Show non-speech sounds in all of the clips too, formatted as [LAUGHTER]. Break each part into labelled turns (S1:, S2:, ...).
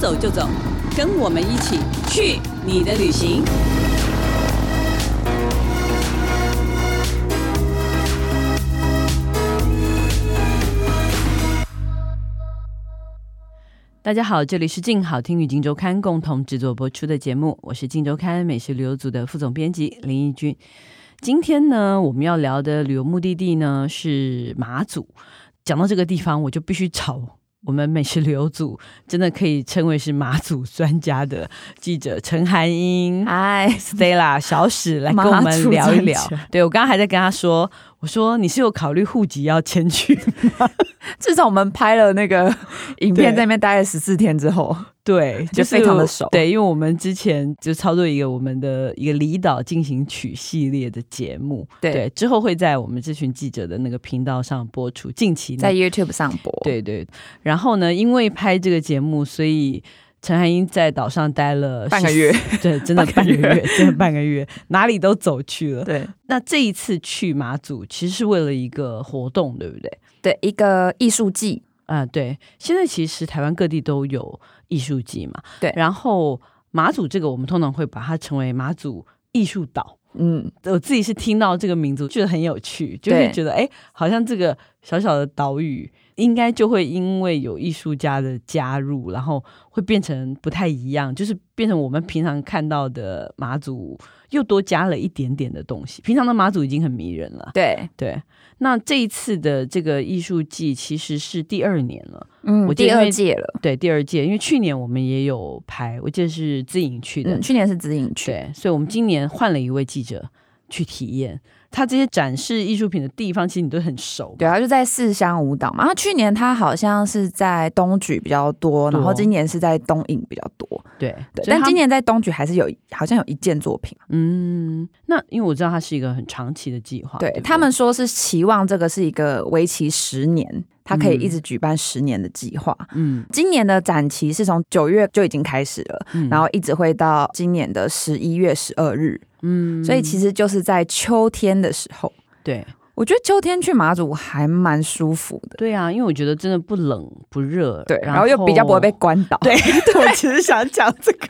S1: 走就走，跟我们一起去你的旅行。
S2: 大家好，这里是静好听与静周刊共同制作播出的节目，我是静周刊美食旅游组的副总编辑林义君。今天呢，我们要聊的旅游目的地呢是马祖。讲到这个地方，我就必须找我们美食旅游组真的可以称为是马祖专家的记者陈涵
S3: 嗯
S2: 英、
S3: 嗨，
S2: Stella 小史来
S3: 马
S2: 跟
S3: 祖
S2: 我们聊一聊
S3: 专家。
S2: 对我刚刚还在跟他说，我说你是有考虑户籍要迁去吗
S3: [LAUGHS] 至少我们拍了那 [LAUGHS] 个影
S2: 对
S3: 片，在那边待了十四天之后，
S2: 对，
S3: 就非常的熟
S2: 对，因为我们之前就操作一个我们的一个离岛进行曲系列的节目，
S3: 对
S2: 之后会在我们这群记者的那个频道上播出。近期呢
S3: 在 YouTube 上播。，
S2: 对对，然后呢，因为拍这个节目，所以。陈汉英在岛上待了
S3: 半个
S2: 14
S3: 月，
S2: [LAUGHS] 对，真的半
S3: 半
S2: 个
S3: 个
S2: 月，真的半个月，哪里都走去了。
S3: 对
S2: 那这一次去马祖，其实是为了一个活动，对不对？
S3: 对，一个艺术季，
S2: 啊、对，现在其实台湾各地都有艺术季嘛，
S3: 对
S2: 然后马祖这个，我们通常会把它称为马祖艺术岛。
S3: 嗯，
S2: 我自己是听到这个名字，觉得很有趣，就是
S3: 对
S2: 觉得哎，好像这个小小的岛屿应该就会因为有艺术家的加入，然后会变成不太一样，就是变成我们平常看到的马祖又多加了一点点的东西。平常的马祖已经很迷人了，
S3: 对，
S2: 对。那这一次的这个艺术季其实是第二年了。
S3: 嗯，
S2: 我记得
S3: 第
S2: 因为
S3: 二届了，
S2: 对，第二届，因为去年我们也有拍，我记得是自营去的，
S3: 嗯，去年是指引去，
S2: 对，所以我们今年换了一位记者去体验。他这些展示艺术品的地方，其实你都很熟嘛，
S3: 对，他就在四乡舞蹈嘛。他去年他好像是在东举比较多，
S2: 多
S3: 然后今年是在东影比较多，
S2: 对
S3: 对，
S2: 所以
S3: 但
S2: 他
S3: 今年在东举还是有好像有一件作品，
S2: 嗯，那因为我知道它是一个很长期的计划，对
S3: 对
S2: 不对
S3: 他们说是期望这个是一个为期十年，它可以
S2: 嗯
S3: 一直举办十年的计划。
S2: 嗯，
S3: 今年的展期是从九月就已经开始了，
S2: 嗯
S3: 然后一直会到今年的十一月十二日，
S2: 嗯，
S3: 所以其实就是在秋天的时候。
S2: 对
S3: 我觉得秋天去马祖还蛮舒服的，
S2: 对啊，因为我觉得真的不冷不热，
S3: 对，然后又比较不会被关岛，
S2: [LAUGHS] 对，对我其实想讲这个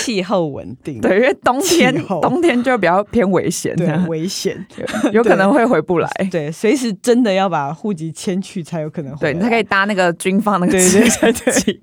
S2: 气候稳定，
S3: [LAUGHS] 对，因为冬天
S2: 气候
S3: 冬天就比较偏危险，这
S2: 对
S3: 样
S2: 危
S3: [LAUGHS]
S2: 险，
S3: 有可能会回不来，
S2: 对，随时真的要把户籍迁去才有可能回
S3: 对，你才
S2: 来
S3: 可以搭那个军方
S2: [LAUGHS]
S3: 那个
S2: 对
S3: 直
S2: 对
S3: 升
S2: [LAUGHS]
S3: 机，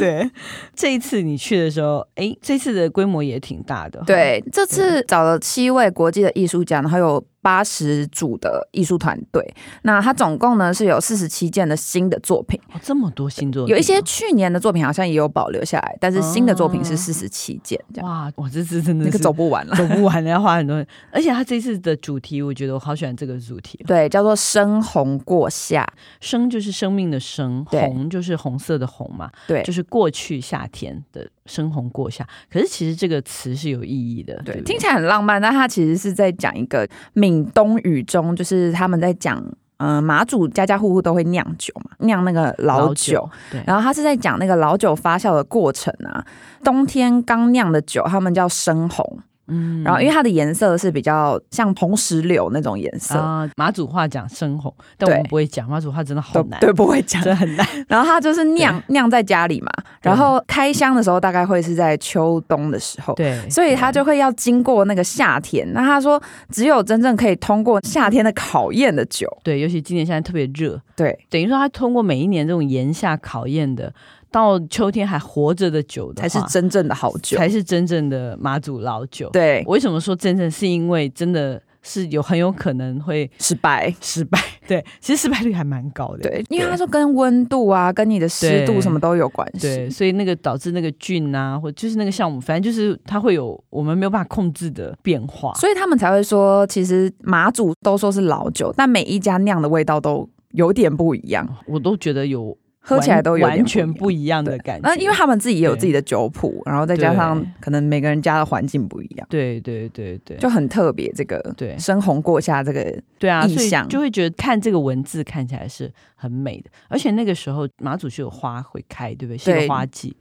S2: 对，这一次你去的时候，哎，这次的规模也挺大的。，
S3: 对，这次找了七位国际的艺术家，然后有八十组的艺术团队。那它总共呢是有四十七件的新的作品，
S2: 哦、这么多星座，
S3: 有一些去年的作品好像也有保留下来，但是新的作品是四十七件，这样
S2: 哇，我这次真的
S3: 哦那
S2: 是
S3: 个走不完了。
S2: 走不完，要花很多。而且他这次的主题，我觉得我好喜欢这个主题哦。
S3: 对，叫做深红过夏。
S2: 生就是生命的生，
S3: 对
S2: 红就是红色的红嘛，
S3: 对，
S2: 就是过去夏天的生红过夏。可是其实这个词是有意义的，对不
S3: 对，
S2: 对，
S3: 听起来很浪漫，但它其实是在讲一个闽东语中，就是他们在讲，嗯、马祖家家户户都会酿酒嘛，酿那个老
S2: 老
S3: 酒
S2: 酒。对
S3: 然后他是在讲那个老酒发酵的过程啊，冬天刚酿的酒，他们叫生红，
S2: 嗯
S3: 然后因为它的颜色是比较像红石榴那种颜色，
S2: 啊，马祖话讲生红，但我
S3: 对
S2: 们不会讲马祖话，真的好
S3: 都
S2: 难，
S3: 对不会讲
S2: 真。的
S3: [LAUGHS]
S2: 很难。
S3: 然后它就是酿酿在家里嘛，
S2: 对
S3: 然后开箱的时候大概会是在秋冬的时候。
S2: 对，
S3: 所以他就会要经过那个夏天，那他说只有真正可以通过夏天的考验的酒，
S2: 对，尤其今年现在特别热，
S3: 对，
S2: 等于说他通过每一年这种炎夏考验的，到秋天还活着的酒的
S3: 才
S2: 话
S3: 是真正的好酒。
S2: 才是真正的马祖老酒。，
S3: 对，
S2: 为什么说真正是因为真的是有很有可能会
S3: [LAUGHS] 失败。
S2: 失败，对，其实失败率还蛮高的。
S3: 对，因为他说跟温度啊、跟你的湿
S2: 对
S3: 度什么都有关系。
S2: 对，所以那个导致那个菌啊，或就是那个项目，反正就是它会有我们没有办法控制的变化。
S3: 所以他们才会说，其实马祖都说是老酒，但每一家酿的味道都有点不一样，
S2: 我都觉得有
S3: 喝起来
S2: 完
S3: 都有点
S2: 完全
S3: 不
S2: 不一
S3: 一样。
S2: 样的
S3: 对
S2: 感觉。
S3: 那因为他们自己也有
S2: 对
S3: 自己的酒谱，然后再加上
S2: 对
S3: 可能每个人家的环境不一样，
S2: 对对对对，
S3: 就很特别。这个
S2: 对
S3: 深红过夏这个
S2: 对啊，
S3: 意
S2: 所以
S3: 象
S2: 就会觉得看这个文字看起来是很美的，而且那个时候马祖是有花会开，对不对？是
S3: 对
S2: 有花季。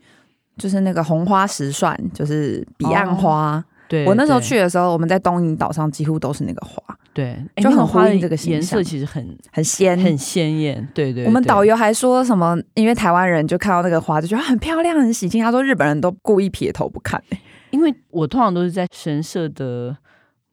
S3: 就是那个红花石蒜，就是彼岸花。
S2: 对，
S3: 我那时候
S2: 哦对
S3: 去的时候，我们在东引岛上几乎都是那个花，
S2: 对，哎
S3: 就
S2: 你
S3: 很
S2: 花
S3: 呼
S2: 的
S3: 应这个形
S2: 颜色
S3: 象
S2: 其实很
S3: 很鲜。
S2: 很鲜艳，对对
S3: 我们
S2: 对
S3: 导游还说什么，因为台湾人就看到那个花就觉得很漂亮、很喜庆，他说日本人都故意撇头不看，欸
S2: [LAUGHS] 因为我通常都是在神社的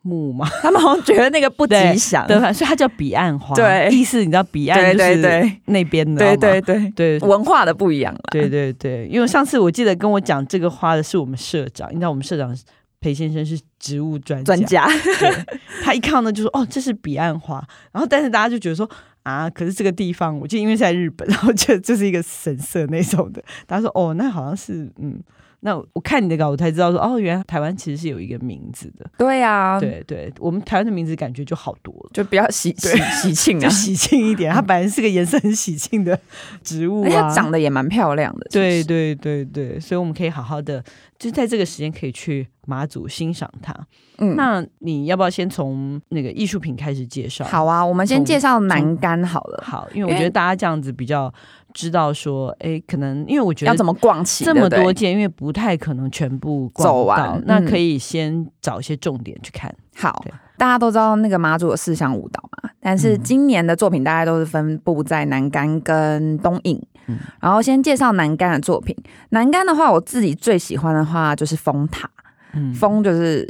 S2: 墓
S3: [LAUGHS]
S2: 嘛，
S3: 他们好像觉得那个不吉祥。
S2: 对吧？所以它叫彼岸花，
S3: 对
S2: 意思你知道彼岸
S3: 对
S2: 就
S3: 对
S2: 是
S3: 对
S2: 那边的，知
S3: 对
S2: 道吗
S3: 对对，
S2: 对对
S3: 文化的不一样啦。
S2: 对对对，因为上次我记得跟我讲这个花的是我们社长，你知道我们社长裴先生是植物专
S3: [LAUGHS] 专家，
S2: 对他一看到呢就说哦这是彼岸花，然后但是大家就觉得说啊，可是这个地方我就因为是在日本，然后觉得这是一个神社那种的，大家说哦那好像是嗯，那我看你的稿我才知道说哦原来台湾其实是有一个名字的，
S3: 对呀，
S2: 对对，我们台湾的名字感觉就好多
S3: [LAUGHS]
S2: 了。
S3: 就比较喜喜喜
S2: [LAUGHS]
S3: 庆
S2: 就
S3: 啊，
S2: 喜庆一点，它本来是个颜色很喜庆的植物
S3: 而且
S2: 啊，
S3: 它哎长得也蛮漂亮的。
S2: 对
S3: 其实，
S2: 对对对，所以我们可以好好的，就在这个时间可以去马祖欣赏它。
S3: 嗯
S2: 那你要不要先从那个艺术品开始介绍？，
S3: 好啊，我们先
S2: 从
S3: 介绍栏杆好了，
S2: 好，因为
S3: 因
S2: 我觉
S3: 为
S2: 得大家这样子比较知道说，哎，可能因为我觉
S3: 要
S2: 得
S3: 怎么逛起？
S2: 这么
S3: 对不
S2: 多
S3: 对
S2: 件，因为不太可能全部逛
S3: 走完
S2: 到那
S3: 嗯
S2: 可以先找一些重点去看。
S3: 好
S2: 对，
S3: 大家都知道那个马祖有四项舞蹈嘛，但是
S2: 嗯
S3: 今年的作品大概都是分布在南竿跟东引。
S2: 嗯
S3: 然后先介绍南竿的作品，南竿的话，我自己最喜欢的话就是风塔，
S2: 嗯，
S3: 风就是。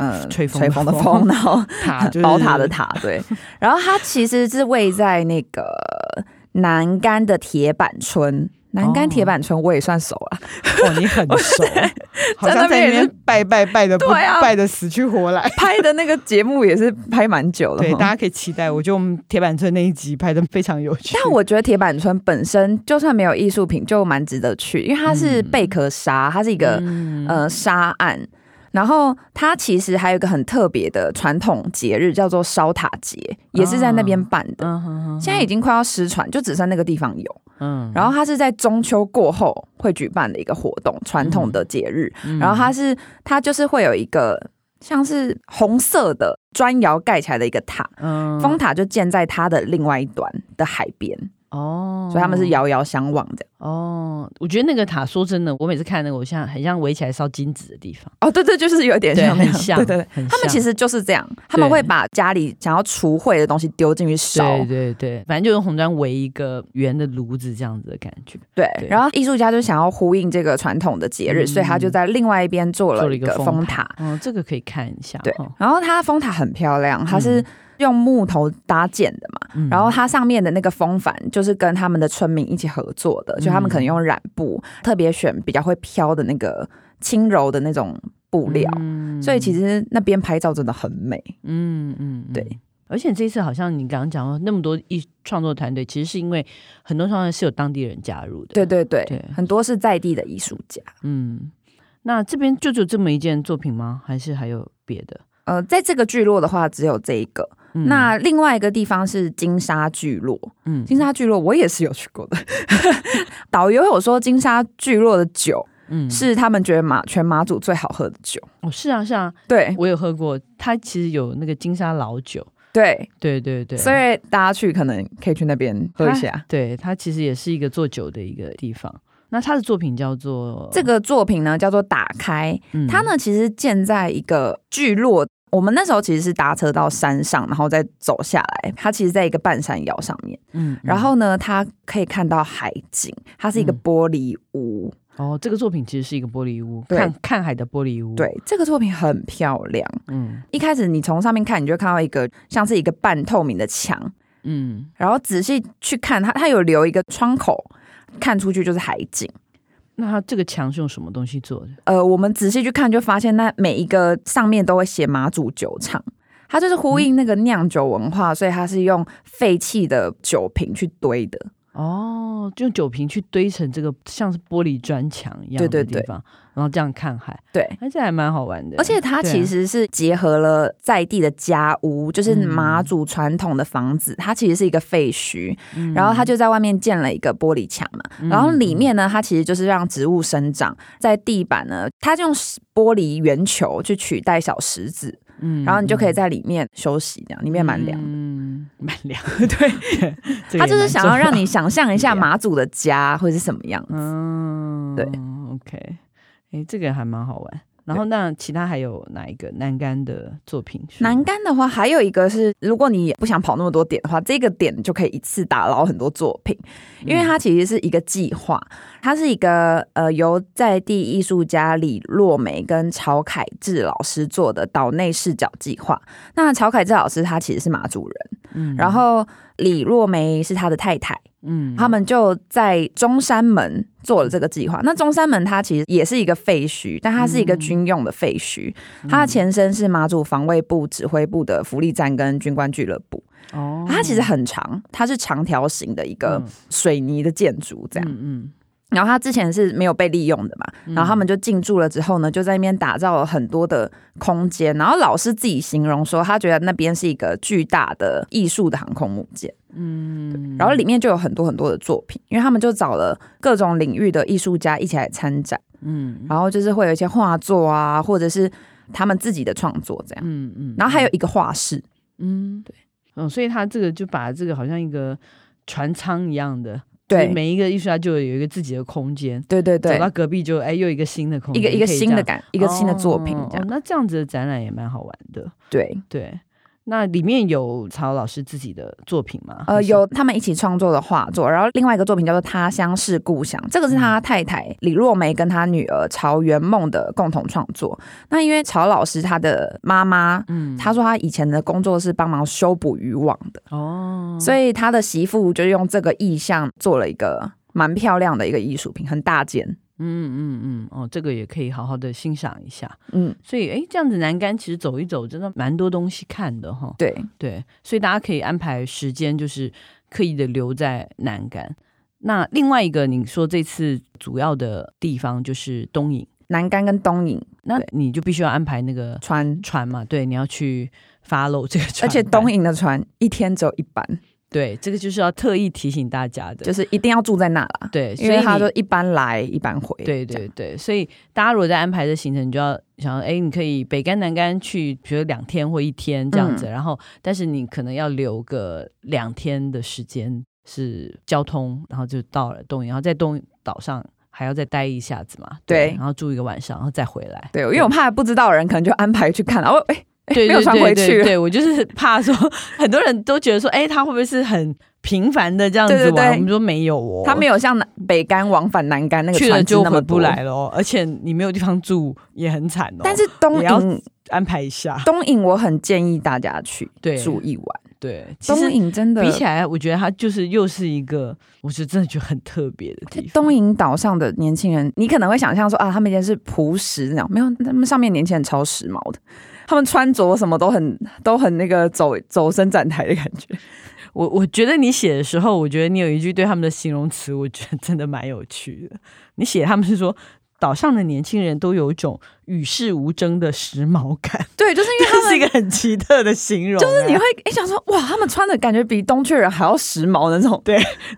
S3: 呃，
S2: 吹风的
S3: 吹风的
S2: 风
S3: 风，然后
S2: 塔 [LAUGHS] 就是
S3: 宝塔的塔，对。然后它其实是位在那个南竿的铁板村，南竿
S2: 哦
S3: 铁板村我也算熟了，
S2: [LAUGHS] 哦，你
S3: [LAUGHS]
S2: 很熟，好
S3: 在
S2: 像在
S3: 那边
S2: 那
S3: 也是
S2: 边拜拜拜的，不
S3: 对啊
S2: 拜的死去活
S3: [LAUGHS]
S2: 来。
S3: 拍的那个节目也是拍蛮久的，
S2: 对，
S3: 哈
S2: 大家可以期待。我觉得我们铁板村那一集拍的非常有趣。
S3: 但我觉得铁板村本身就算没有艺术品，就蛮值得去，因为它是
S2: 嗯
S3: 贝壳沙，它是一个、
S2: 嗯
S3: 呃沙岸。然后它其实还有一个很特别的传统节日，叫做烧塔节，也是在那边办的。
S2: 嗯哼哼
S3: 现在已经快要失传，就只剩那个地方有。
S2: 嗯
S3: 然后它是在中秋过后会举办的一个活动，传统的节日。
S2: 嗯
S3: 然后它是它就是会有一个像是红色的砖窑盖起来的一个塔，
S2: 嗯
S3: 风塔就建在它的另外一端的海边。
S2: 哦，
S3: 所以他们是遥遥相望的。
S2: 哦。我觉得那个塔，说真的，我每次看那个，我像很像围起来烧金子的地方，
S3: 哦，对对，就是有点
S2: 对，
S3: 像那
S2: 很
S3: 样，
S2: 像，
S3: 对对对。
S2: 很
S3: 他们
S2: 像
S3: 其实就是这样，他们会把家里想要除秽的东西丢进去烧，
S2: 对对对，反正就用红砖围一个圆的炉子这样子的感觉，
S3: 对
S2: 对
S3: 然后艺术家就想要呼应这个传统的节日，
S2: 嗯
S3: 所以他就在另外一边做
S2: 做
S3: 了
S2: 了一
S3: 一
S2: 个
S3: 个风塔
S2: 塔。。哦，这个可以看一下。
S3: 对
S2: 哦，
S3: 然后它的风塔很漂亮，它是
S2: 嗯
S3: 用木头搭建的嘛。
S2: 嗯
S3: [LAUGHS] 然后它上面的那个风帆就是跟他们的村民一起合作
S2: 嗯
S3: 的，就他们可能用染布，特别选比较会飘的那个轻柔的那种布料。
S2: 嗯
S3: 所以其实那边拍照真的很美。
S2: 嗯嗯，嗯
S3: 对。
S2: 而且这一次好像你刚刚讲到那么多艺创作团队，其实是因为很多创作是有当地人加入的。
S3: 对对对，
S2: 对
S3: 很多是在地的艺术家。
S2: 嗯，那这边就只有这么一件作品吗？还是还有别的？
S3: 呃，在这个聚落的话，只有这一个。
S2: 嗯
S3: 那另外一个地方是金沙聚落，
S2: 嗯
S3: 金沙聚落我也是有去过的。 [LAUGHS] 导游有说，金沙聚落的酒
S2: 嗯
S3: 是他们觉得马全马祖最好喝的酒。
S2: 哦是啊是啊，
S3: 对
S2: 我有喝过，它其实有那个金沙老酒，
S3: 对，
S2: 对对对，
S3: 所以大家去可能可以去那边喝一下。
S2: 对它其实也是一个做酒的一个地方。那他的作品叫做
S3: 这，个作品呢叫做《打开》，
S2: 嗯
S3: 它呢其实建在一个聚落。我们那时候其实是搭车到山上，然后再走下来。它其实在一个半山腰上面，
S2: 嗯，嗯
S3: 然后呢，它可以看到海景，它是一个
S2: 嗯
S3: 玻璃屋。
S2: 哦，这个作品其实是一个玻璃屋，
S3: 对
S2: 看看海的玻璃屋，，
S3: 对，这个作品很漂亮。
S2: 嗯
S3: 一开始你从上面看，你就会看到一个像是一个半透明的墙，
S2: 嗯
S3: 然后仔细去看它，它有留一个窗口，看出去就是海景。
S2: 那它这个墙是用什么东西做的？
S3: 呃，我们仔细去看，就发现那每一个上面都会写马祖酒厂，它就是
S2: 嗯
S3: 呼应那个酿酒文化，所以它是用废弃的酒瓶去堆的。
S2: 哦，就用酒瓶去堆成这个像是玻璃砖墙一样的
S3: 对对
S2: 地
S3: 对
S2: 方，然后这样看海，
S3: 对，
S2: 哎，这还蛮好玩的。
S3: 而且它
S2: 对啊
S3: 其实是结合了在地的家屋，就是
S2: 嗯
S3: 马祖传统的房子，它其实是一个废墟，
S2: 嗯
S3: 然后它就在外面建了一个玻璃墙嘛，然后里面呢，它其实就是让植物生长，在地板呢，它就用玻璃圆球去取代小石子，
S2: 嗯
S3: 然后你就可以在里面休息，这样里面蛮凉的。
S2: 嗯，蛮
S3: [LAUGHS]
S2: 凉，对，这个也
S3: 他就是
S2: 蛮
S3: 想
S2: 重
S3: 要让你想象一下
S2: [LAUGHS] 重要
S3: 马祖的家会是什么样子。
S2: 嗯，
S3: 对
S2: ，OK，哎，这个还蛮好玩。然后那其他还有哪一个南竿的作品是？
S3: 南竿的话，还有一个是，如果你不想跑那么多点的话，这个点就可以一次打捞很多作品，因为它其实是一个计划，它是一个呃由在地艺术家李若梅跟曹凯志老师做的岛内视角计划。那曹凯志老师他其实是马主人，
S2: 嗯
S3: 然后李若梅是他的太太。
S2: 嗯
S3: 他们就在中山门做了这个计划。那中山门它其实也是一个废墟，但它是一个军用的废墟，它的前身是马祖防卫部指挥部的福利站跟军官俱乐部。
S2: 哦
S3: 它其实很长，它是长条形的一个水泥的建筑，这样。
S2: 嗯嗯
S3: 然后它之前是没有被利用的嘛，然后他们就进驻了之后呢，就在那边打造了很多的空间。然后老师自己形容说，他觉得那边是一个巨大的艺术的航空母舰。嗯，然后里面就有很多很多的作品，因为他们就找了各种领域的艺术家一起来参展，
S2: 嗯
S3: 然后就是会有一些画作啊，或者是他们自己的创作这样。
S2: 嗯嗯，
S3: 然后还有一个画室，
S2: 嗯对嗯，所以他这个就把这个好像一个船舱一样的，
S3: 对
S2: 就是每一个艺术家就有一个自己的空间，
S3: 对对
S2: 走
S3: 对
S2: 到，隔壁就哎又一个新的空
S3: 一
S2: 间，
S3: 个一个
S2: 可以
S3: 新
S2: 这
S3: 的
S2: 样
S3: 感，一个新的作品
S2: 哦
S3: 这样
S2: 哦。那这样子的展览也蛮好玩的，
S3: 对，
S2: 对。那里面有曹老师自己的作品吗？
S3: 呃，
S2: 还是
S3: 有他们一起创作的画作，然后另外一个作品叫做《他乡是故乡》，这个是
S2: 嗯
S3: 他太太李若梅跟他女儿曹元梦的共同创作。那因为曹老师他的妈妈，
S2: 嗯
S3: 她说她以前的工作是帮忙修补渔网的，
S2: 哦，
S3: 所以他的媳妇就用这个意象做了一个蛮漂亮的一个艺术品，很大件。
S2: 嗯嗯嗯，哦，这个也可以好好的欣赏一下。
S3: 嗯，
S2: 所以，哎，这样子南竿其实走一走，真的蛮多东西看的哈。
S3: 对，
S2: 对，所以大家可以安排时间，就是刻意的留在南竿。那另外一个，你说这次主要的地方就是东引，
S3: 南竿跟东引
S2: 那
S3: 对
S2: 你就必须要安排那个
S3: 船，
S2: 船嘛，对，你要去 follow 这个船班，
S3: 而且东引的船一天只有一班，
S2: 对这个就是要特意提醒大家的，
S3: 就是一定要住在那啦，
S2: 对，
S3: 因
S2: 所
S3: 为
S2: 以
S3: 他
S2: 你
S3: 说一班来一班回。
S2: 对
S3: 这样
S2: 对对，所以大家如果在安排的行程，你就要想说，哎，你可以北干南干去，比如两天或一天这样子，
S3: 嗯
S2: 然后但是你可能要留个两天的时间是交通，然后就到了东引，然后在东引岛上还要再待一下子嘛，
S3: 对
S2: 然后住一个晚上，然后再回来。
S3: 对，因为我怕不知道的人可能就安排去看，然后哎、
S2: 对
S3: [LAUGHS] 没有
S2: 对
S3: 传
S2: 对
S3: 回
S2: 对
S3: 去
S2: 对我就是怕说，很多人都觉得说，哎，他会不会是很频繁的这样子玩？
S3: 对对对
S2: 我们说没有哦，
S3: 他没有像南北干往返南干那个
S2: 去了
S3: 船只
S2: 就
S3: 那
S2: 回
S3: 么
S2: 不
S3: 多
S2: 来。了哦，而且你没有地方住也很惨哦。
S3: 但是东
S2: 也要
S3: 影，
S2: 安排一下，
S3: 东影我很建议大家去
S2: 对
S3: 住一晚。
S2: 对，其
S3: 东
S2: 实
S3: 影真的
S2: 比起来，我觉得它就是又是一个，我是真的觉得很特别的地方。
S3: 东引岛上的年轻人，你可能会想象说啊，他们以前是朴实那样，没有，他们上面年轻人超时髦的，他们穿着什么都很都很那个走走伸展台的感
S2: [LAUGHS]
S3: 觉。
S2: 我我觉得你写的时候，我觉得你有一句对他们的形容词，我觉得真的蛮有趣的。你写他们是说。岛上的年轻人都有一种与世无争的时髦感，
S3: 对， [LAUGHS] 就是因为
S2: [LAUGHS]
S3: 他
S2: 这
S3: 们
S2: 是一个很奇特的形容、
S3: 就是你
S2: 哎
S3: 会你想说哇，他们穿的感觉比东区人还要时髦的那种。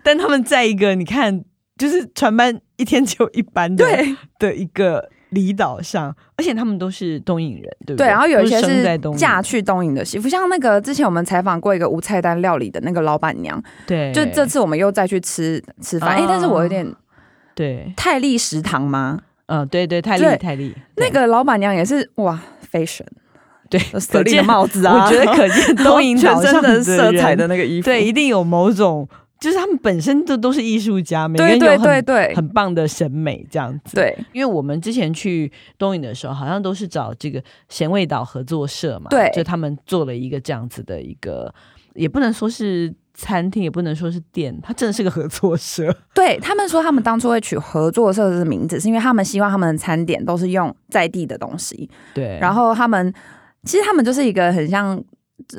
S2: 但他们在一个你看，就是船班一天只有一班的
S3: 对，
S2: 的一个离岛上，而且他们都是东引人，对不
S3: 对，然后有一些
S2: 都生在
S3: 是
S2: 东引
S3: 嫁去东营的媳妇，像那个之前我们采访过一个无菜单料理的那个老板娘，
S2: 对，
S3: 就这次我们又再去吃吃饭，
S2: 哦
S3: 哎、但是我有点
S2: 对
S3: 泰利食堂吗？
S2: 嗯，对对，泰
S3: 对
S2: 利泰利，
S3: 那个老板娘也是哇，fashion， [LAUGHS]
S2: 对
S3: 舍利的帽子啊，
S2: 我觉得可
S3: [LAUGHS]
S2: 见东瀛
S3: 全
S2: 岛
S3: 身
S2: 上
S3: 的色彩的
S2: 人，
S3: 那个衣服，
S2: 对，一定有某种，就是他们本身都都是艺术家，每个
S3: 对
S2: 人
S3: 对
S2: 有
S3: 对
S2: 很
S3: 对
S2: 很棒的审美这样子。，
S3: 对
S2: 因为我们之前去东影的时候，好像都是找这个咸味岛合作社嘛，
S3: 对
S2: 就他们做了一个这样子的一个，也不能说是。餐厅也不能说是店，它真的是个合作社。
S3: [LAUGHS] 对，他们说他们当初会取合作社的名字，是因为他们希望他们的餐点都是用在地的东西，
S2: 对，
S3: 然后他们其实他们就是一个很像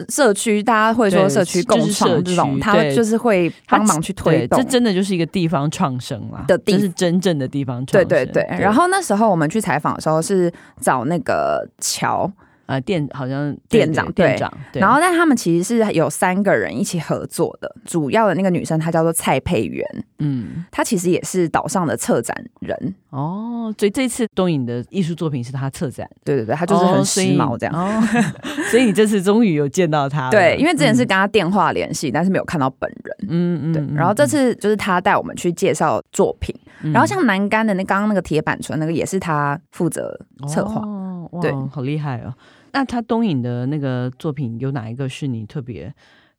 S3: 社区，大家会说
S2: 对
S3: 社区共
S2: 就是社
S3: 创
S2: 区
S3: 这种，他
S2: 对
S3: 就是会
S2: 它
S3: 帮忙去推
S2: 对，
S3: 动
S2: 这。真的就是一个地方创生啦，
S3: 的地
S2: 这是真正的地方创
S3: 对
S2: 生。
S3: 对对，然后那时候我们去采访的时候是找那个乔，
S2: 呃店好像
S3: 店长
S2: 对
S3: 对
S2: 店长，对
S3: 然后，但他们其实是有三个人一起合作的，主要的那个女生她叫做蔡佩媛，
S2: 嗯
S3: 她其实也是岛上的策展人，
S2: 哦，所以这次东影的艺术作品是他策展，
S3: 对对对，她就是很时髦这样。
S2: 哦， [LAUGHS] 所以啊哦所以你这次终于有见到他了，
S3: 对，因为之前是跟她电话联系，但是没有看到本人。
S2: 嗯嗯
S3: 对，然后这次就是她带我们去介绍作品，然后
S2: 像
S3: 像南干的那刚刚那个铁板村那个也是她负责策划。
S2: 哦、哇
S3: 对
S2: 好厉害哦。那他东影的那个作品有哪一个是你特别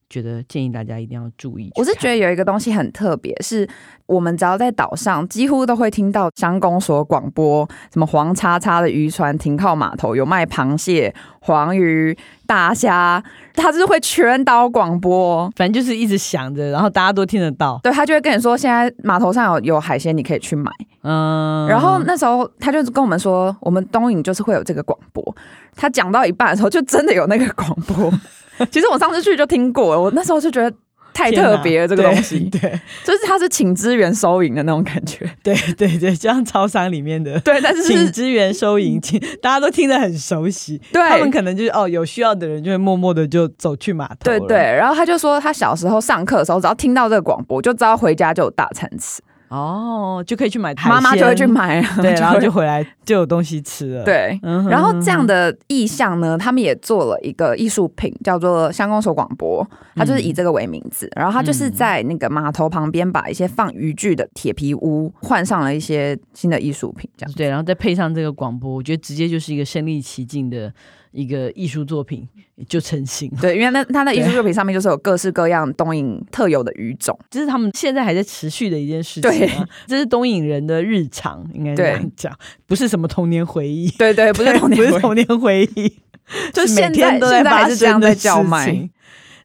S2: 觉得建议大家一定要注意去看？
S3: 我是觉得有一个东西很特别，是我们只要在岛上，几乎都会听到乡公所广播，什么黄叉叉的渔船停靠码头，有卖螃蟹、黄鱼、大虾，它就是会全岛广播。
S2: 反正就是一直想着，然后大家都听得到，
S3: 对他就会跟你说，现在码头上有有海鲜，你可以去买。
S2: 嗯，
S3: 然后那时候他就跟我们说，我们东影就是会有这个广播。他讲到一半的时候，就真的有那个广 [LAUGHS] 播。其实我上次去就听过了，我那时候就觉得太
S2: 天哪
S3: 特别了，这个东西。
S2: 对对
S3: 就是它是请支援收银的那种感觉，
S2: 对对对，就像超商里面的。
S3: 对，但是
S2: 请
S3: 是，
S2: 支援收银，请大家都听得很熟悉。他们
S3: 对，
S2: 可能就是哦，有需要的人就会默默的就走去码头
S3: 对
S2: 了。
S3: 对。然后他就说，他小时候上课的时候，只要听到这个广播，就知道回家就有大餐吃，
S2: 哦，就可以去买海鲜，
S3: 妈妈 [LAUGHS] 就会去买，
S2: 对，然后
S3: 会
S2: 就回来就有东西吃了。，
S3: 对。
S2: 嗯哼
S3: 然后这样的意向呢，他们也做了一个艺术品，叫做乡公所广播，它就是以这个为名字。然后它就是在那个码头旁边，把一些放渔具的铁皮屋换上了一些新的艺术品，这样
S2: 对，然后再配上这个广播，我觉得直接就是一个身临其境的一个艺术作品就成型了。
S3: 对，因为那它的艺术作品上面就是有各式各样东 [LAUGHS] 瀛特有的鱼种。
S2: 这是他们现在还在持续的一件事情、啊，这是东影人的日常，应该这
S3: 对
S2: 样讲，不是什么童年回忆，
S3: [LAUGHS] 对哎对，不是童
S2: [LAUGHS] 不
S3: 年
S2: 是
S3: 回忆
S2: 童年回忆，
S3: [LAUGHS] 就是现
S2: 每天
S3: 在
S2: 都
S3: 现在
S2: 发
S3: 还是这样
S2: 生的
S3: 在叫
S2: 事
S3: 卖 [LAUGHS]
S2: 情。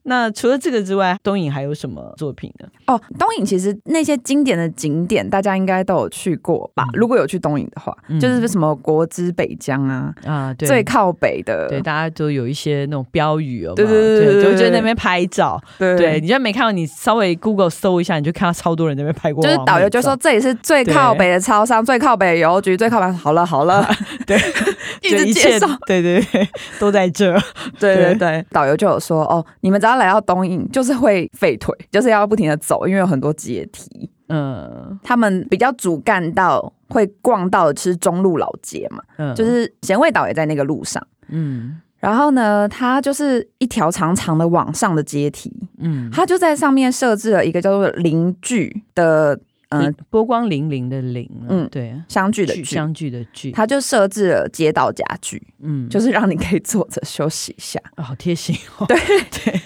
S2: 那除了这个之外，东影还有什么作品呢？
S3: 哦。东影其实那些经典的景点，大家应该都有去过吧？如果有去东影的话，
S2: 嗯
S3: 就是什么国之北疆啊，
S2: 啊，对，
S3: 最靠北的，
S2: 对，大家都有一些那种标语哦，
S3: 对对对对
S2: 就
S3: 对
S2: 就在那
S3: 对
S2: 边拍照。
S3: 对
S2: 对，你就没看到，你稍微 Google 搜一下，你就看到超多人在那边拍过
S3: 就
S2: 完美
S3: 是
S2: 照。
S3: 导游就说这里是最靠北的超商，最靠北的邮局，最靠北。好了好了，
S2: [LAUGHS] 对，
S3: [LAUGHS] 一
S2: 就
S3: 直
S2: 切
S3: 介绍。
S2: 对对对， [LAUGHS] 都在这。
S3: [LAUGHS] 对
S2: 对
S3: 对对，导游就有说哦，你们只要来到东影，就是会废腿，就是要不停的走，因为有很多阶梯。
S2: 嗯
S3: 他们比较主干道会逛到的是中路老街嘛，
S2: 嗯，
S3: 就是贤惠岛也在那个路上。
S2: 嗯
S3: 然后呢，它就是一条长长的往上的阶梯，
S2: 嗯，
S3: 它就在上面设置了一个叫做邻居的，嗯、
S2: 嗯，波光粼粼的粼啊，
S3: 嗯
S2: 对，
S3: 相距的
S2: 聚
S3: 距，
S2: 相聚的聚，
S3: 它就设置了街道家具，
S2: 嗯，就
S3: 就是让你可以坐着休息一下。 [LAUGHS]
S2: 好贴心哦。对对，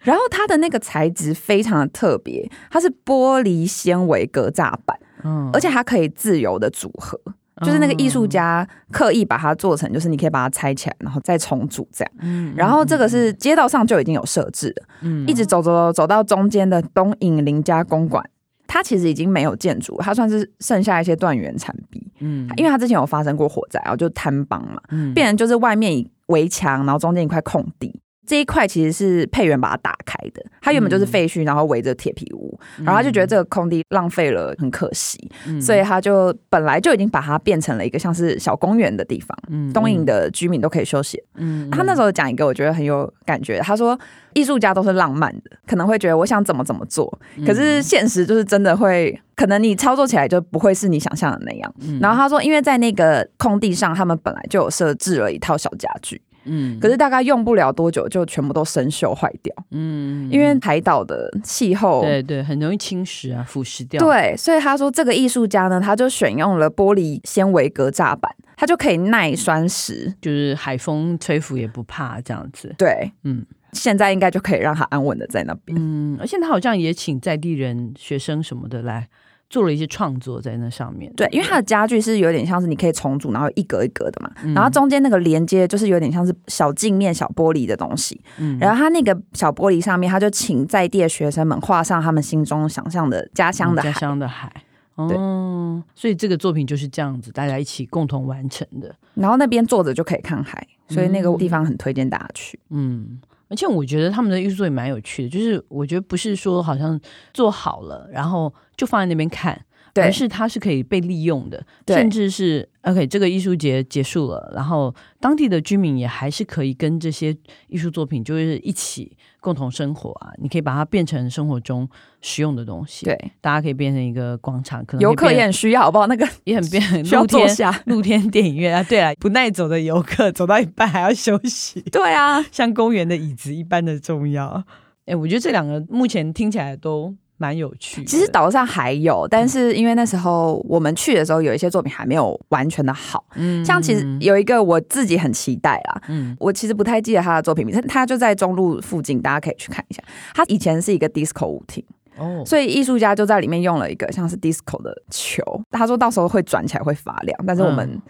S3: 然后它的那个材质非常的特别，它是玻璃纤维格栅板，
S2: 嗯
S3: 而且它可以自由的组合，就是那个艺术，
S2: 哦
S3: 家刻意把它做成，就是你可以把它拆起来，然后再重组这样。
S2: 嗯嗯
S3: 然后这个是街道上就已经有设置了。
S2: 嗯
S3: 一直走走走走到中间的东影林家公馆，它其实已经没有建筑，它算是剩下一些断垣残壁，
S2: 嗯
S3: 因为它之前有发生过火灾，然后就坍帮嘛，
S2: 嗯
S3: 变成就是外面一围墙，然后中间一块空地。这一块其实是配员把它打开的，它原本
S2: 嗯
S3: 就是废墟，然后围着铁皮屋，然后他就觉得这个空地浪费了，很可惜，
S2: 嗯
S3: 所以他就本来就已经把它变成了一个像是小公园的地方，
S2: 嗯
S3: 东影，的居民都可以休息
S2: 嗯嗯
S3: 他那时候讲一个我觉得很有感觉，他说艺术家都是浪漫的，可能会觉得我想怎么怎么做，
S2: 嗯
S3: 可是现实就是真的会，可能你操作起来就不会是你想象的那样。
S2: 嗯
S3: 然后他说，因为在那个空地上，他们本来就有设置了一套小家具，
S2: 嗯
S3: 可是大概用不了多久就全部都生锈坏掉，
S2: 嗯
S3: 因为海岛的气候。
S2: 对对很容易侵蚀啊，腐蚀掉。
S3: 对，所以他说这个艺术家呢，他就选用了玻璃纤维格栅板，它就可以耐栓石。
S2: 就是海风吹拂也不怕这样子。
S3: 对，
S2: 嗯
S3: 嗯，现在应该就可以让它安稳的在那边。
S2: 嗯，而且他好像也请在地人、学生什么的来做了一些创作在那上面。
S3: 对，因为它的家具是有点像是你可以重组，然后一格一格的嘛，
S2: 嗯
S3: 然后中间那个连接就是有点像是小镜面、小玻璃的东西，
S2: 嗯
S3: 然后它那个小玻璃上面，它就请在地的学生们画上他们心中想象的家乡的
S2: 嗯家
S3: 海。
S2: 乡的海。哦，所以这个作品就是这样子，大家一起共同完成的。
S3: 然后那边坐着就可以看海，所以那个
S2: 嗯
S3: 地方很推荐大家去。
S2: 嗯，而且我觉得他们的艺术作品蛮有趣的，就是我觉得不是说好像做好了，然后就放在那边看。
S3: 对
S2: 而是它是可以被利用的，
S3: 对
S2: 甚至是 OK，这个艺术节结束了，然后当地的居民也还是可以跟这些艺术作品就是一起共同生活啊，你可以把它变成生活中实用的东西，，
S3: 对，
S2: 大家可以变成一个广场，可能
S3: 游客
S2: 也
S3: 也很需要，好不好？那个
S2: 也很变很
S3: 需要
S2: 露
S3: 坐
S2: 天
S3: 下。
S2: 露天电影院啊，对啊，不耐走的游客走到一半还要休息，
S3: 对
S2: [LAUGHS]
S3: 啊，
S2: 像公园的椅子一般的重要。哎，我觉得这两个目前听起来都蛮有趣的。
S3: 其实岛上还有，但是因为那时候我们去的时候，有一些作品还没有完全的好，
S2: 嗯
S3: 像其实有一个我自己很期待啦，
S2: 嗯
S3: 我其实不太记得他的作品名，但他就在中路附近，大家可以去看一下。他以前是一个 disco 舞厅，
S2: 哦，
S3: 所以艺术家就在里面用了一个像是 disco 的球，他说到时候会转起来会发亮，但是我们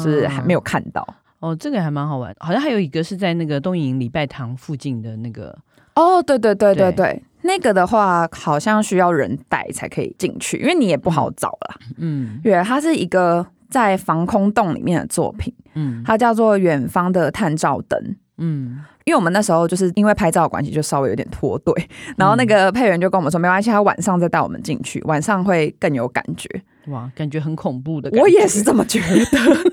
S2: 就
S3: 就是还没有看到。
S2: 哦，这个还蛮好玩。好像还有一个是在那个东营礼拜堂附近的那个，
S3: 哦，对对对对
S2: 对
S3: 对。那个的话，好像需要人带才可以进去，因为你也不好找啦。
S2: 嗯
S3: 对，它是一个在防空洞里面的作品，
S2: 嗯
S3: 它叫做《远方的探照灯》。
S2: 嗯，
S3: 因为我们那时候就是因为拍照的关系，就稍微有点脱队。然后那个配员就跟我们说，没关系，他晚上再带我们进去，晚上会更有感觉。
S2: 哇，感觉很恐怖的感觉。
S3: 我也是这么觉得，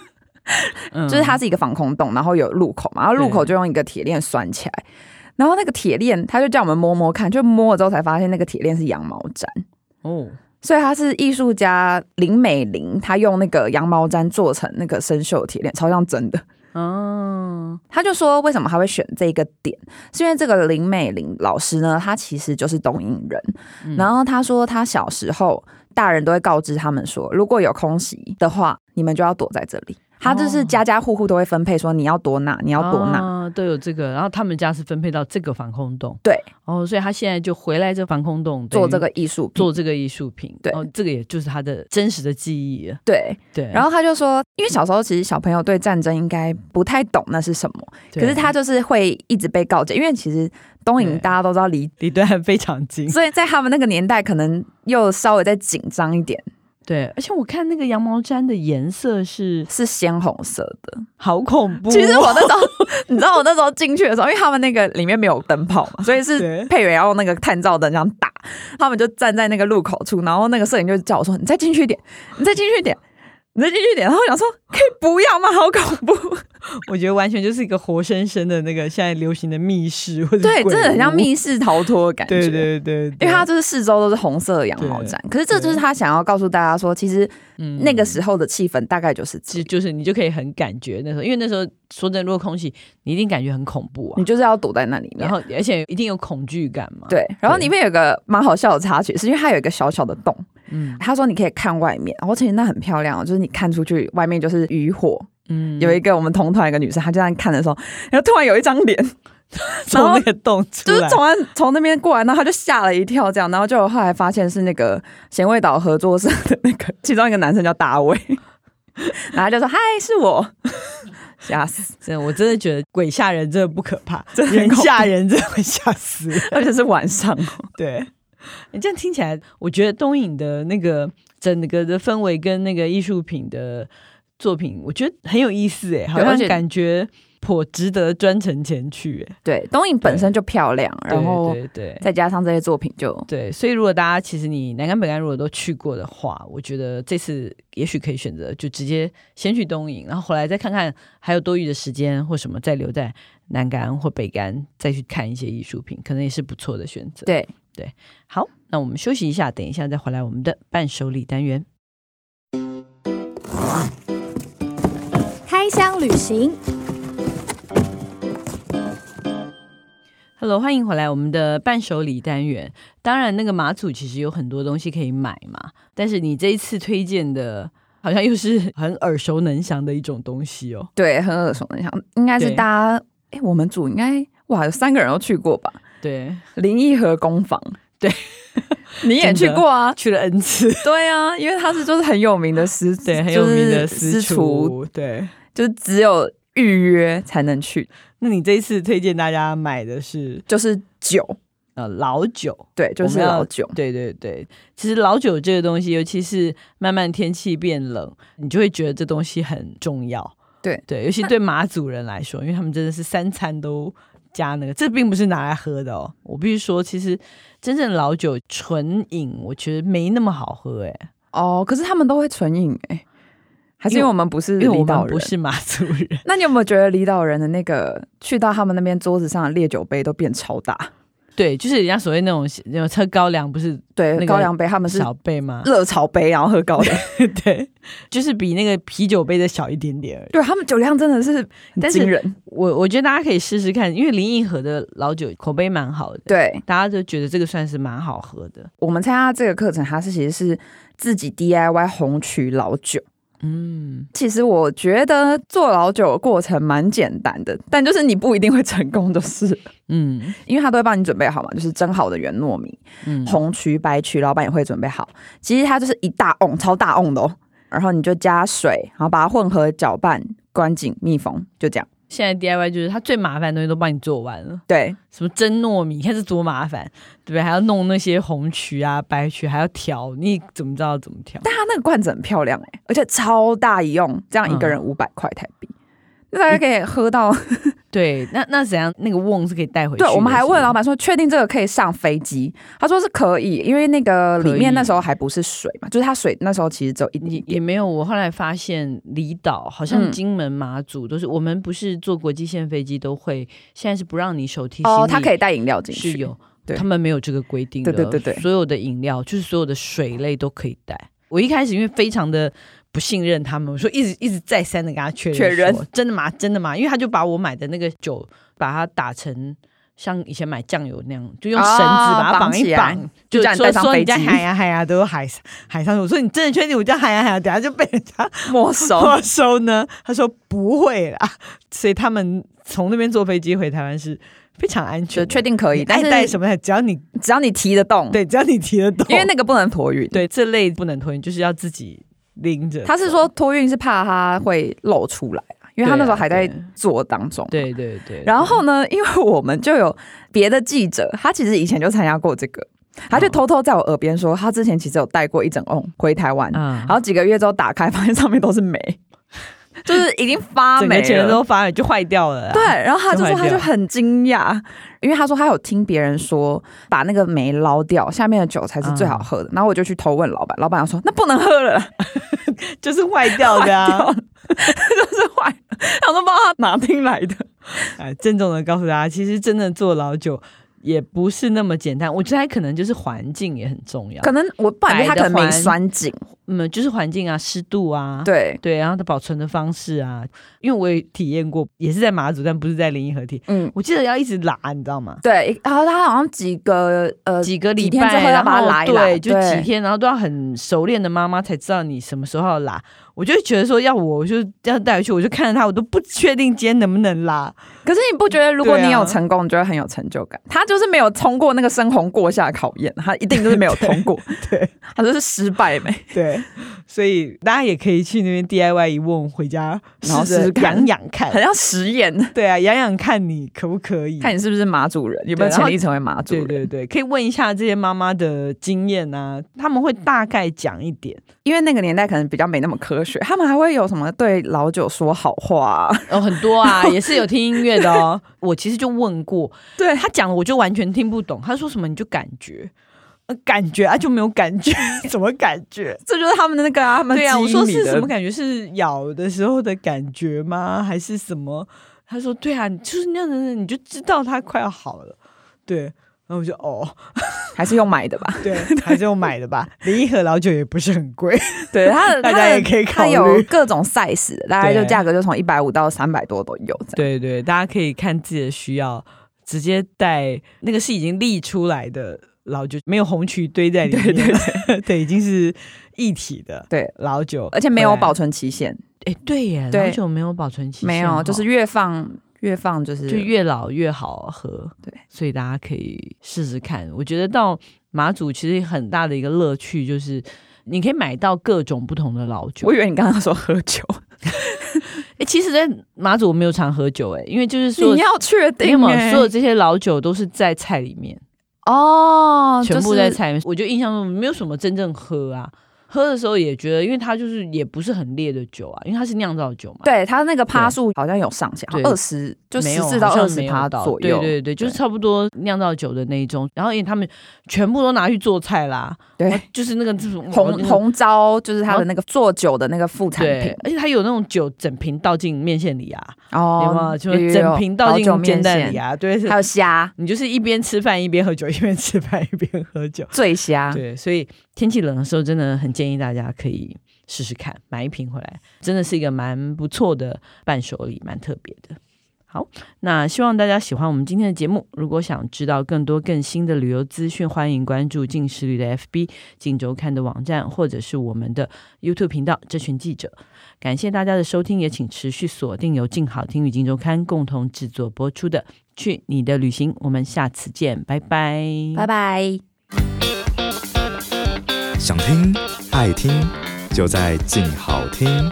S3: [LAUGHS]
S2: 嗯，
S3: 就是它是一个防空洞，然后有入口嘛，然后入口就用一个铁链拴起来。然后那个铁链，他就叫我们摸摸看，就摸了之后才发现那个铁链是羊毛毡，
S2: 哦，
S3: 所以它是艺术家林美玲，她用那个羊毛毡做成那个生锈的铁链，超像真的。
S2: 哦，
S3: 他就说，为什么他会选这个点，是因为这个林美玲老师呢，她其实就是东瀛人。
S2: 嗯
S3: 然后他说，他小时候大人都会告知他们说，如果有空袭的话，你们就要躲在这里。他就是家家户户都会分配说，你要躲哪，你要躲哪。
S2: 啊都有这个。然后他们家是分配到这个防空洞，
S3: 对，
S2: 哦，所以他现在就回来这防空洞
S3: 做这。
S2: 等于
S3: 个艺术品，
S2: 做这个艺术品，
S3: 对
S2: 哦，这个也就是他的真实的记忆了，
S3: 对。
S2: 对。
S3: 然后他就说，因为小时候其实小朋友对战争应该不太懂那是什么，
S2: 对，
S3: 可是他就是会一直被告诫，因为其实东
S2: 对
S3: 瀛大家都知道离，
S2: 离对岸非常近，
S3: 所以在他们那个年代可能又稍微再紧张一点，
S2: [LAUGHS] 对，而且我看那个羊毛毡的颜色是
S3: 是鲜红色的。
S2: 好恐怖哦、
S3: 其实我那时候， [LAUGHS] 你知道我那时候进去的时候，因为他们那个里面没有灯泡
S2: [LAUGHS]
S3: 嘛，所以
S2: 对
S3: 是配员要用那个探照灯这样打，他们就站在那个路口处，然后那个摄影就叫我说：“你再进去一点，你再进去一点，你再进去一点。”然后我想说：“可以不要吗？好恐
S2: [LAUGHS]
S3: 怖！
S2: 我觉得完全就是一个活生生的那个现在流行的密室或者
S3: 对，
S2: 鬼
S3: 真的很像
S2: 屋，
S3: 密室逃脱的感觉。
S2: 对对对对，
S3: 因为它就是四周都是红色的羊毛毡，可是这就是他想要告诉大家说，其实
S2: 嗯
S3: 那个时候的气氛大概就是这
S2: 其实
S3: 样，
S2: 就是你就可以很感觉那时候，因为那时候说真的，如果空气你一定感觉很恐怖啊
S3: 你，就是要躲在那里
S2: 然。
S3: 面
S2: 后而且一定有恐惧感嘛，，
S3: 啊对，然后
S2: 对
S3: 里面有个蛮好笑的插曲，是因为它有一个小小的洞，
S2: 嗯
S3: 他说你可以看外面，然后其实那很漂亮哦，就是你看出去外面就是渔火。
S2: 嗯
S3: 有一个我们同团一个女生，她就在看的时候，然后突然有一张 [LAUGHS] 脸，
S2: 从
S3: 然后
S2: 那个洞出
S3: 就是
S2: 来，
S3: 从那从那边过来，然后她就吓了一跳，这样，然后就后来发现是那个咸味岛合作社的那个其中一个男生叫大 [LAUGHS] 卫，然后他就说嗨是 [LAUGHS] 我，吓死，
S2: 真的我真的觉得鬼吓人真的不可怕，
S3: 真的很
S2: 人
S3: 恐怖
S2: 吓人真的会吓死人。
S3: 而且是晚上，
S2: 对，你这样听起来，我觉得东影的那个整个的氛围跟那个艺术品的作品，我觉得很有意思哎，好
S3: 而
S2: 像
S3: 且
S2: 感觉颇值得专程前去哎。
S3: 对，东影本身就漂亮，然后
S2: 对对对
S3: 再加上这些作品就
S2: 对，所以如果大家其实你南竿北竿如果都去过的话，我觉得这次也许可以选择就直接先去东营，然后回来再看看还有多余的时间或什么，再留在南竿或北竿再去看一些艺术品，可能也是不错的选择。
S3: 对。
S2: 好，那我们休息一下，等一下再回来我们的伴手礼单元。
S4: 开箱旅行，
S2: Hello，欢迎回来我们的伴手礼单元。当然，那个马祖其实有很多东西可以买嘛，但是你这一次推荐的，好像又是很耳熟能详的一种东西哦。
S3: 对，很耳熟能详，应该是
S2: 对
S3: 大家哎、我们组应该哇有三个人都去过吧。
S2: 对，
S3: 林毅和工坊，
S2: 对，
S3: [LAUGHS] 你也去过啊？
S2: [LAUGHS] 去了 N 次，
S3: 对啊，因为他是就是很有名的师，
S2: [LAUGHS] 对，很有名的
S3: 就是
S2: 私
S3: 私厨，
S2: 厨。对，
S3: 就是只有预约才能去，
S2: 那你这一次推荐大家买的是
S3: 就是酒，
S2: 呃老酒。
S3: 对，就
S2: 我
S3: 是
S2: 们要
S3: 老酒，
S2: 对对对，其实老酒这个东西，尤其是慢慢天气变冷，你就会觉得这东西很重要。
S3: 对
S2: 对，尤其对马祖人来说，因为他们真的是三餐都加那个，这并不是拿来喝的哦。我必须说，其实真正老酒纯饮，我觉得没那么好喝哎、
S3: 哦，可是他们都会唇印哎、还是因为我们不是
S2: 因为
S3: 离
S2: 我
S3: 岛
S2: 们
S3: 人
S2: 不？是马族人。 [LAUGHS]
S3: 那你有没有觉得离岛人的那个去到他们那边桌子上的烈酒杯都变超大？
S2: 对，就是人家所谓那种那种喝高粱不是
S3: 对，
S2: 那个
S3: 高粱杯他们啊是
S2: 小杯吗？
S3: 热炒杯，然后喝高粱。
S2: [LAUGHS] 对，就是比那个啤酒杯的小一点点而已。
S3: 对他们酒量真的是很
S2: 但是
S3: 惊人。
S2: 我我觉得大家可以试试看，因为林荫河的老酒口碑蛮好的，
S3: 对
S2: 大家都觉得这个算是蛮好喝的。
S3: 我们参加这个课程，它是其实是自己 DIY 红曲老酒。
S2: 嗯，
S3: 其实我觉得做老酒的过程蛮简单的，但就是你不一定会成功，就是
S2: 嗯
S3: 因为他都会帮你准备好嘛，就是蒸好的圆糯米，
S2: 嗯，
S3: 红曲、白曲，老板也会准备好。其实它就是一大瓮，超大瓮的哦。然后你就加水，然后把它混合搅拌，关紧密封，就这样。
S2: 现在 DIY 就是它最麻烦的东西都帮你做完了，
S3: 对
S2: 什么蒸糯米，你看这多麻烦，对不对？还要弄那些红曲啊、白曲，还要调，你怎么知道怎么调？
S3: 它那个罐子很漂亮哎、而且超大一用，这样一个人五百块台币，那大概可以喝到。
S2: 对，那那怎样？那个瓮是可以带回去的。
S3: 对，我们还
S2: 是吗
S3: 问老板说，确定这个可以上飞机？他说是可以，因为那个里面
S2: 可以
S3: 那时候还不是水嘛，就是它水那时候其实只有一
S2: 也
S3: 滴
S2: 也没有，我后来发现离岛好像
S3: 嗯
S2: 金门、马祖都是，我们不是坐国际线飞机都会，现在是不让你手提行李，
S3: 哦，它可以带饮料进去。
S2: 是有，
S3: 对
S2: 他们没有这个规定的，
S3: 对对对对
S2: 所有的饮料就是所有的水类都可以带。我一开始因为非常的不信任他们，我说一直一直再三的跟他确认
S3: 确认
S2: 说真的吗？真的吗？因为他就把我买的那个酒把它打成。像以前买酱油那样，就用
S3: 哦
S2: 绳子把它
S3: 绑
S2: 绑一
S3: 起来
S2: 绑，
S3: 就叫你
S2: 说
S3: 带上
S2: 说你
S3: 飞
S2: 在
S3: 机
S2: 海呀海呀啊都有海海上，我说你真的确定我叫海呀海呀，等下就被人家
S3: 没收 [LAUGHS]
S2: 没收呢？ [LAUGHS] 他说不会啦，所以他们从那边坐飞机回台湾是非常安全
S3: 就
S2: 的，
S3: 确定可 [LAUGHS] 以，
S2: 你
S3: 但
S2: 爱带
S3: 是
S2: 什么，只要你
S3: 只要你提得动，
S2: 对，只要你提得动，
S3: 因为那个不能托运。，
S2: 对这类不能托运，就是要自己拎着走。
S3: 他是说托运是怕它会漏出来啊，因为他那时候还在做当中。
S2: 对对对，
S3: 然后
S2: 嗯
S3: 呢，因为我们就有别的记者，他其实以前就参加过这个，他
S2: 嗯
S3: 就偷偷在我耳边说，他之前其实有带过一整瓮回台湾，
S2: 啊
S3: 然，后几个月之后打开，发现上面都是霉，
S2: [LAUGHS]
S3: 就是已经发
S2: 整
S3: 霉
S2: 个钱
S3: 了。
S2: 都发了 Oh 就坏掉了啦。
S3: 对，然后他就说
S2: 都坏
S3: 他
S2: 掉
S3: 就很惊讶，因为他说他有听别人说把那个霉捞掉，下面的酒才是最
S2: 嗯
S3: 好喝的。然后我就去偷问老板，老板
S2: [LAUGHS]
S3: 说那不能喝了啦，
S2: 就是坏掉的
S3: [LAUGHS]
S2: 啊！
S3: 就是坏了。他说不知道他哪听来的。
S2: 哎，郑重的告诉大家，其实真的做老酒也不是那么简单。我觉得它可能就是环境也很重要，
S3: 可能我不然觉得他可能没拴紧，
S2: 嗯，就是环境啊、湿度啊，
S3: 对，
S2: 对，然后它保存的方式啊，因为我也体验过，也是在马祖，但不是在灵荫河体，
S3: 嗯，
S2: 我记得要一直拉，你知道吗？
S3: 对。然后他好像几个呃，
S2: 几个礼
S3: 几天
S2: 拜，
S3: 之后要把它
S2: 然后
S3: 拉一拉
S2: 对，就
S3: 对
S2: 几天，然后都要很熟练的妈妈才知道你什么时候要拉。我就觉得说，要我我就要带回去，我就看着它，我都不确定今天能不能
S3: [LAUGHS]
S2: 拉。
S3: 可是你不觉得如果
S2: 对啊
S3: 你有成功，你就会很有成就感？他就是没有通过那个生红过下考验，他一定就是没有通 [LAUGHS] 过，
S2: 对
S3: 他就是失败没。
S2: 对， [LAUGHS] 所以大家也可以去那边 DIY 一问，回家
S3: 然后
S2: 试
S3: 试
S2: 着
S3: 试看
S2: 养养看
S3: 很。像实验，
S2: 对啊，养养看你可不可以。
S3: 看你是不是马主人，有没有潜力成为马主
S2: 对
S3: 人？
S2: 对对，可以问一下这些妈妈的经验啊，他们会大概讲一点。
S3: 因为那个年代可能比较没那么科学，他们还会有什么对老酒说好话、啊？
S2: 哦，很多啊，也是有听音乐的哦。 [LAUGHS] 我其实就问过，
S3: [LAUGHS] 对
S2: 他讲的我就完全听不懂，他说什么你就感觉，呃、感觉啊就没有感觉， [LAUGHS] 怎么感觉？
S3: 这就是他们的那个啊，他们
S2: 对啊，
S3: 基因
S2: 我说
S3: 里
S2: 是
S3: 的
S2: 什么感觉？是咬的时候的感觉吗？还是什么？他说对啊，就是那样的，你就知道他快要好了。对，然后我就哦，
S3: 还是用买的吧？
S2: 对，还是我买的吧。林一盒老酒也不是很贵，
S3: [LAUGHS] 对，它 [LAUGHS] 的
S2: 大
S3: 它
S2: 家
S3: 的
S2: 也可以考
S3: 它
S2: 虑。
S3: 有各种 size，的大概就
S2: 对
S3: 价格就从一百五到三百多都有这样。
S2: 对对，大家可以看自己的需要，直接带那个是已经立出来的老酒，没有红曲堆在里面，对对 [LAUGHS] 对已经是一体的
S3: 对
S2: 老酒，
S3: 而且没有保
S2: 存。
S3: 存期限，
S2: 哎，对耶，
S3: 对
S2: 老酒没有保存期限哦，
S3: 没有，就是越放越放就是
S2: 就越老越好喝。
S3: 对，
S2: 所以大家可以试试看。我觉得到马祖其实很大的一个乐趣就是。你可以买到各种不同的老酒
S3: 我，以为你刚刚说喝
S2: [LAUGHS]
S3: 酒，
S2: 哎、其实，在马祖我没有常喝酒、诶，哎，因为就是说，
S3: 你要确
S2: 因为
S3: 定
S2: 我
S3: 欸
S2: 所有这些老酒都是在菜里面，
S3: 哦，
S2: 全部
S3: 就是
S2: 在菜里面。我就印象中没有什么真正喝啊，喝的时候也觉得，因为它就是也不是很烈的酒啊，因为它是酿造酒嘛。
S3: 对它那个趴数好像有上下，
S2: 对
S3: 二十就
S2: 没
S3: 十
S2: 有，啊
S3: 四到
S2: 好像
S3: 二十
S2: 没有
S3: 趴
S2: 到
S3: 左右。
S2: 对对对，就是差不多酿造酒的那一种。然后因为他们全部都拿去做菜啦，
S3: 对
S2: 哇 [LAUGHS] 就是那个就是哦
S3: 红。红糟就是它的那个做酒的那个副产
S2: 对
S3: 品，
S2: 而且它有那种酒整瓶倒进面线里啊，有没
S3: 哦
S2: 有？，就是整瓶倒
S3: 倒
S2: 进煎蛋里，啊，对，是
S3: 还有虾
S2: 你就是一边吃饭一边喝酒，一边吃饭一边喝酒。
S3: 醉虾，
S2: 对，所以天气冷的时候，真的很建议大家可以试试看，买一瓶回来，真的是一个蛮不错的伴手礼，蛮特别的。好，那希望大家喜欢我们今天的节目。如果想知道更多更新的旅游资讯，欢迎关注近时旅的 FB、近周刊的网站，或者是我们的 YouTube 频道。这群记者，感谢大家的收听，也请持续锁定由静好听与静周刊共同制作播出的《去你的旅行》，我们下次见，拜拜，
S3: 拜拜。
S5: 想听爱听，就在静好听。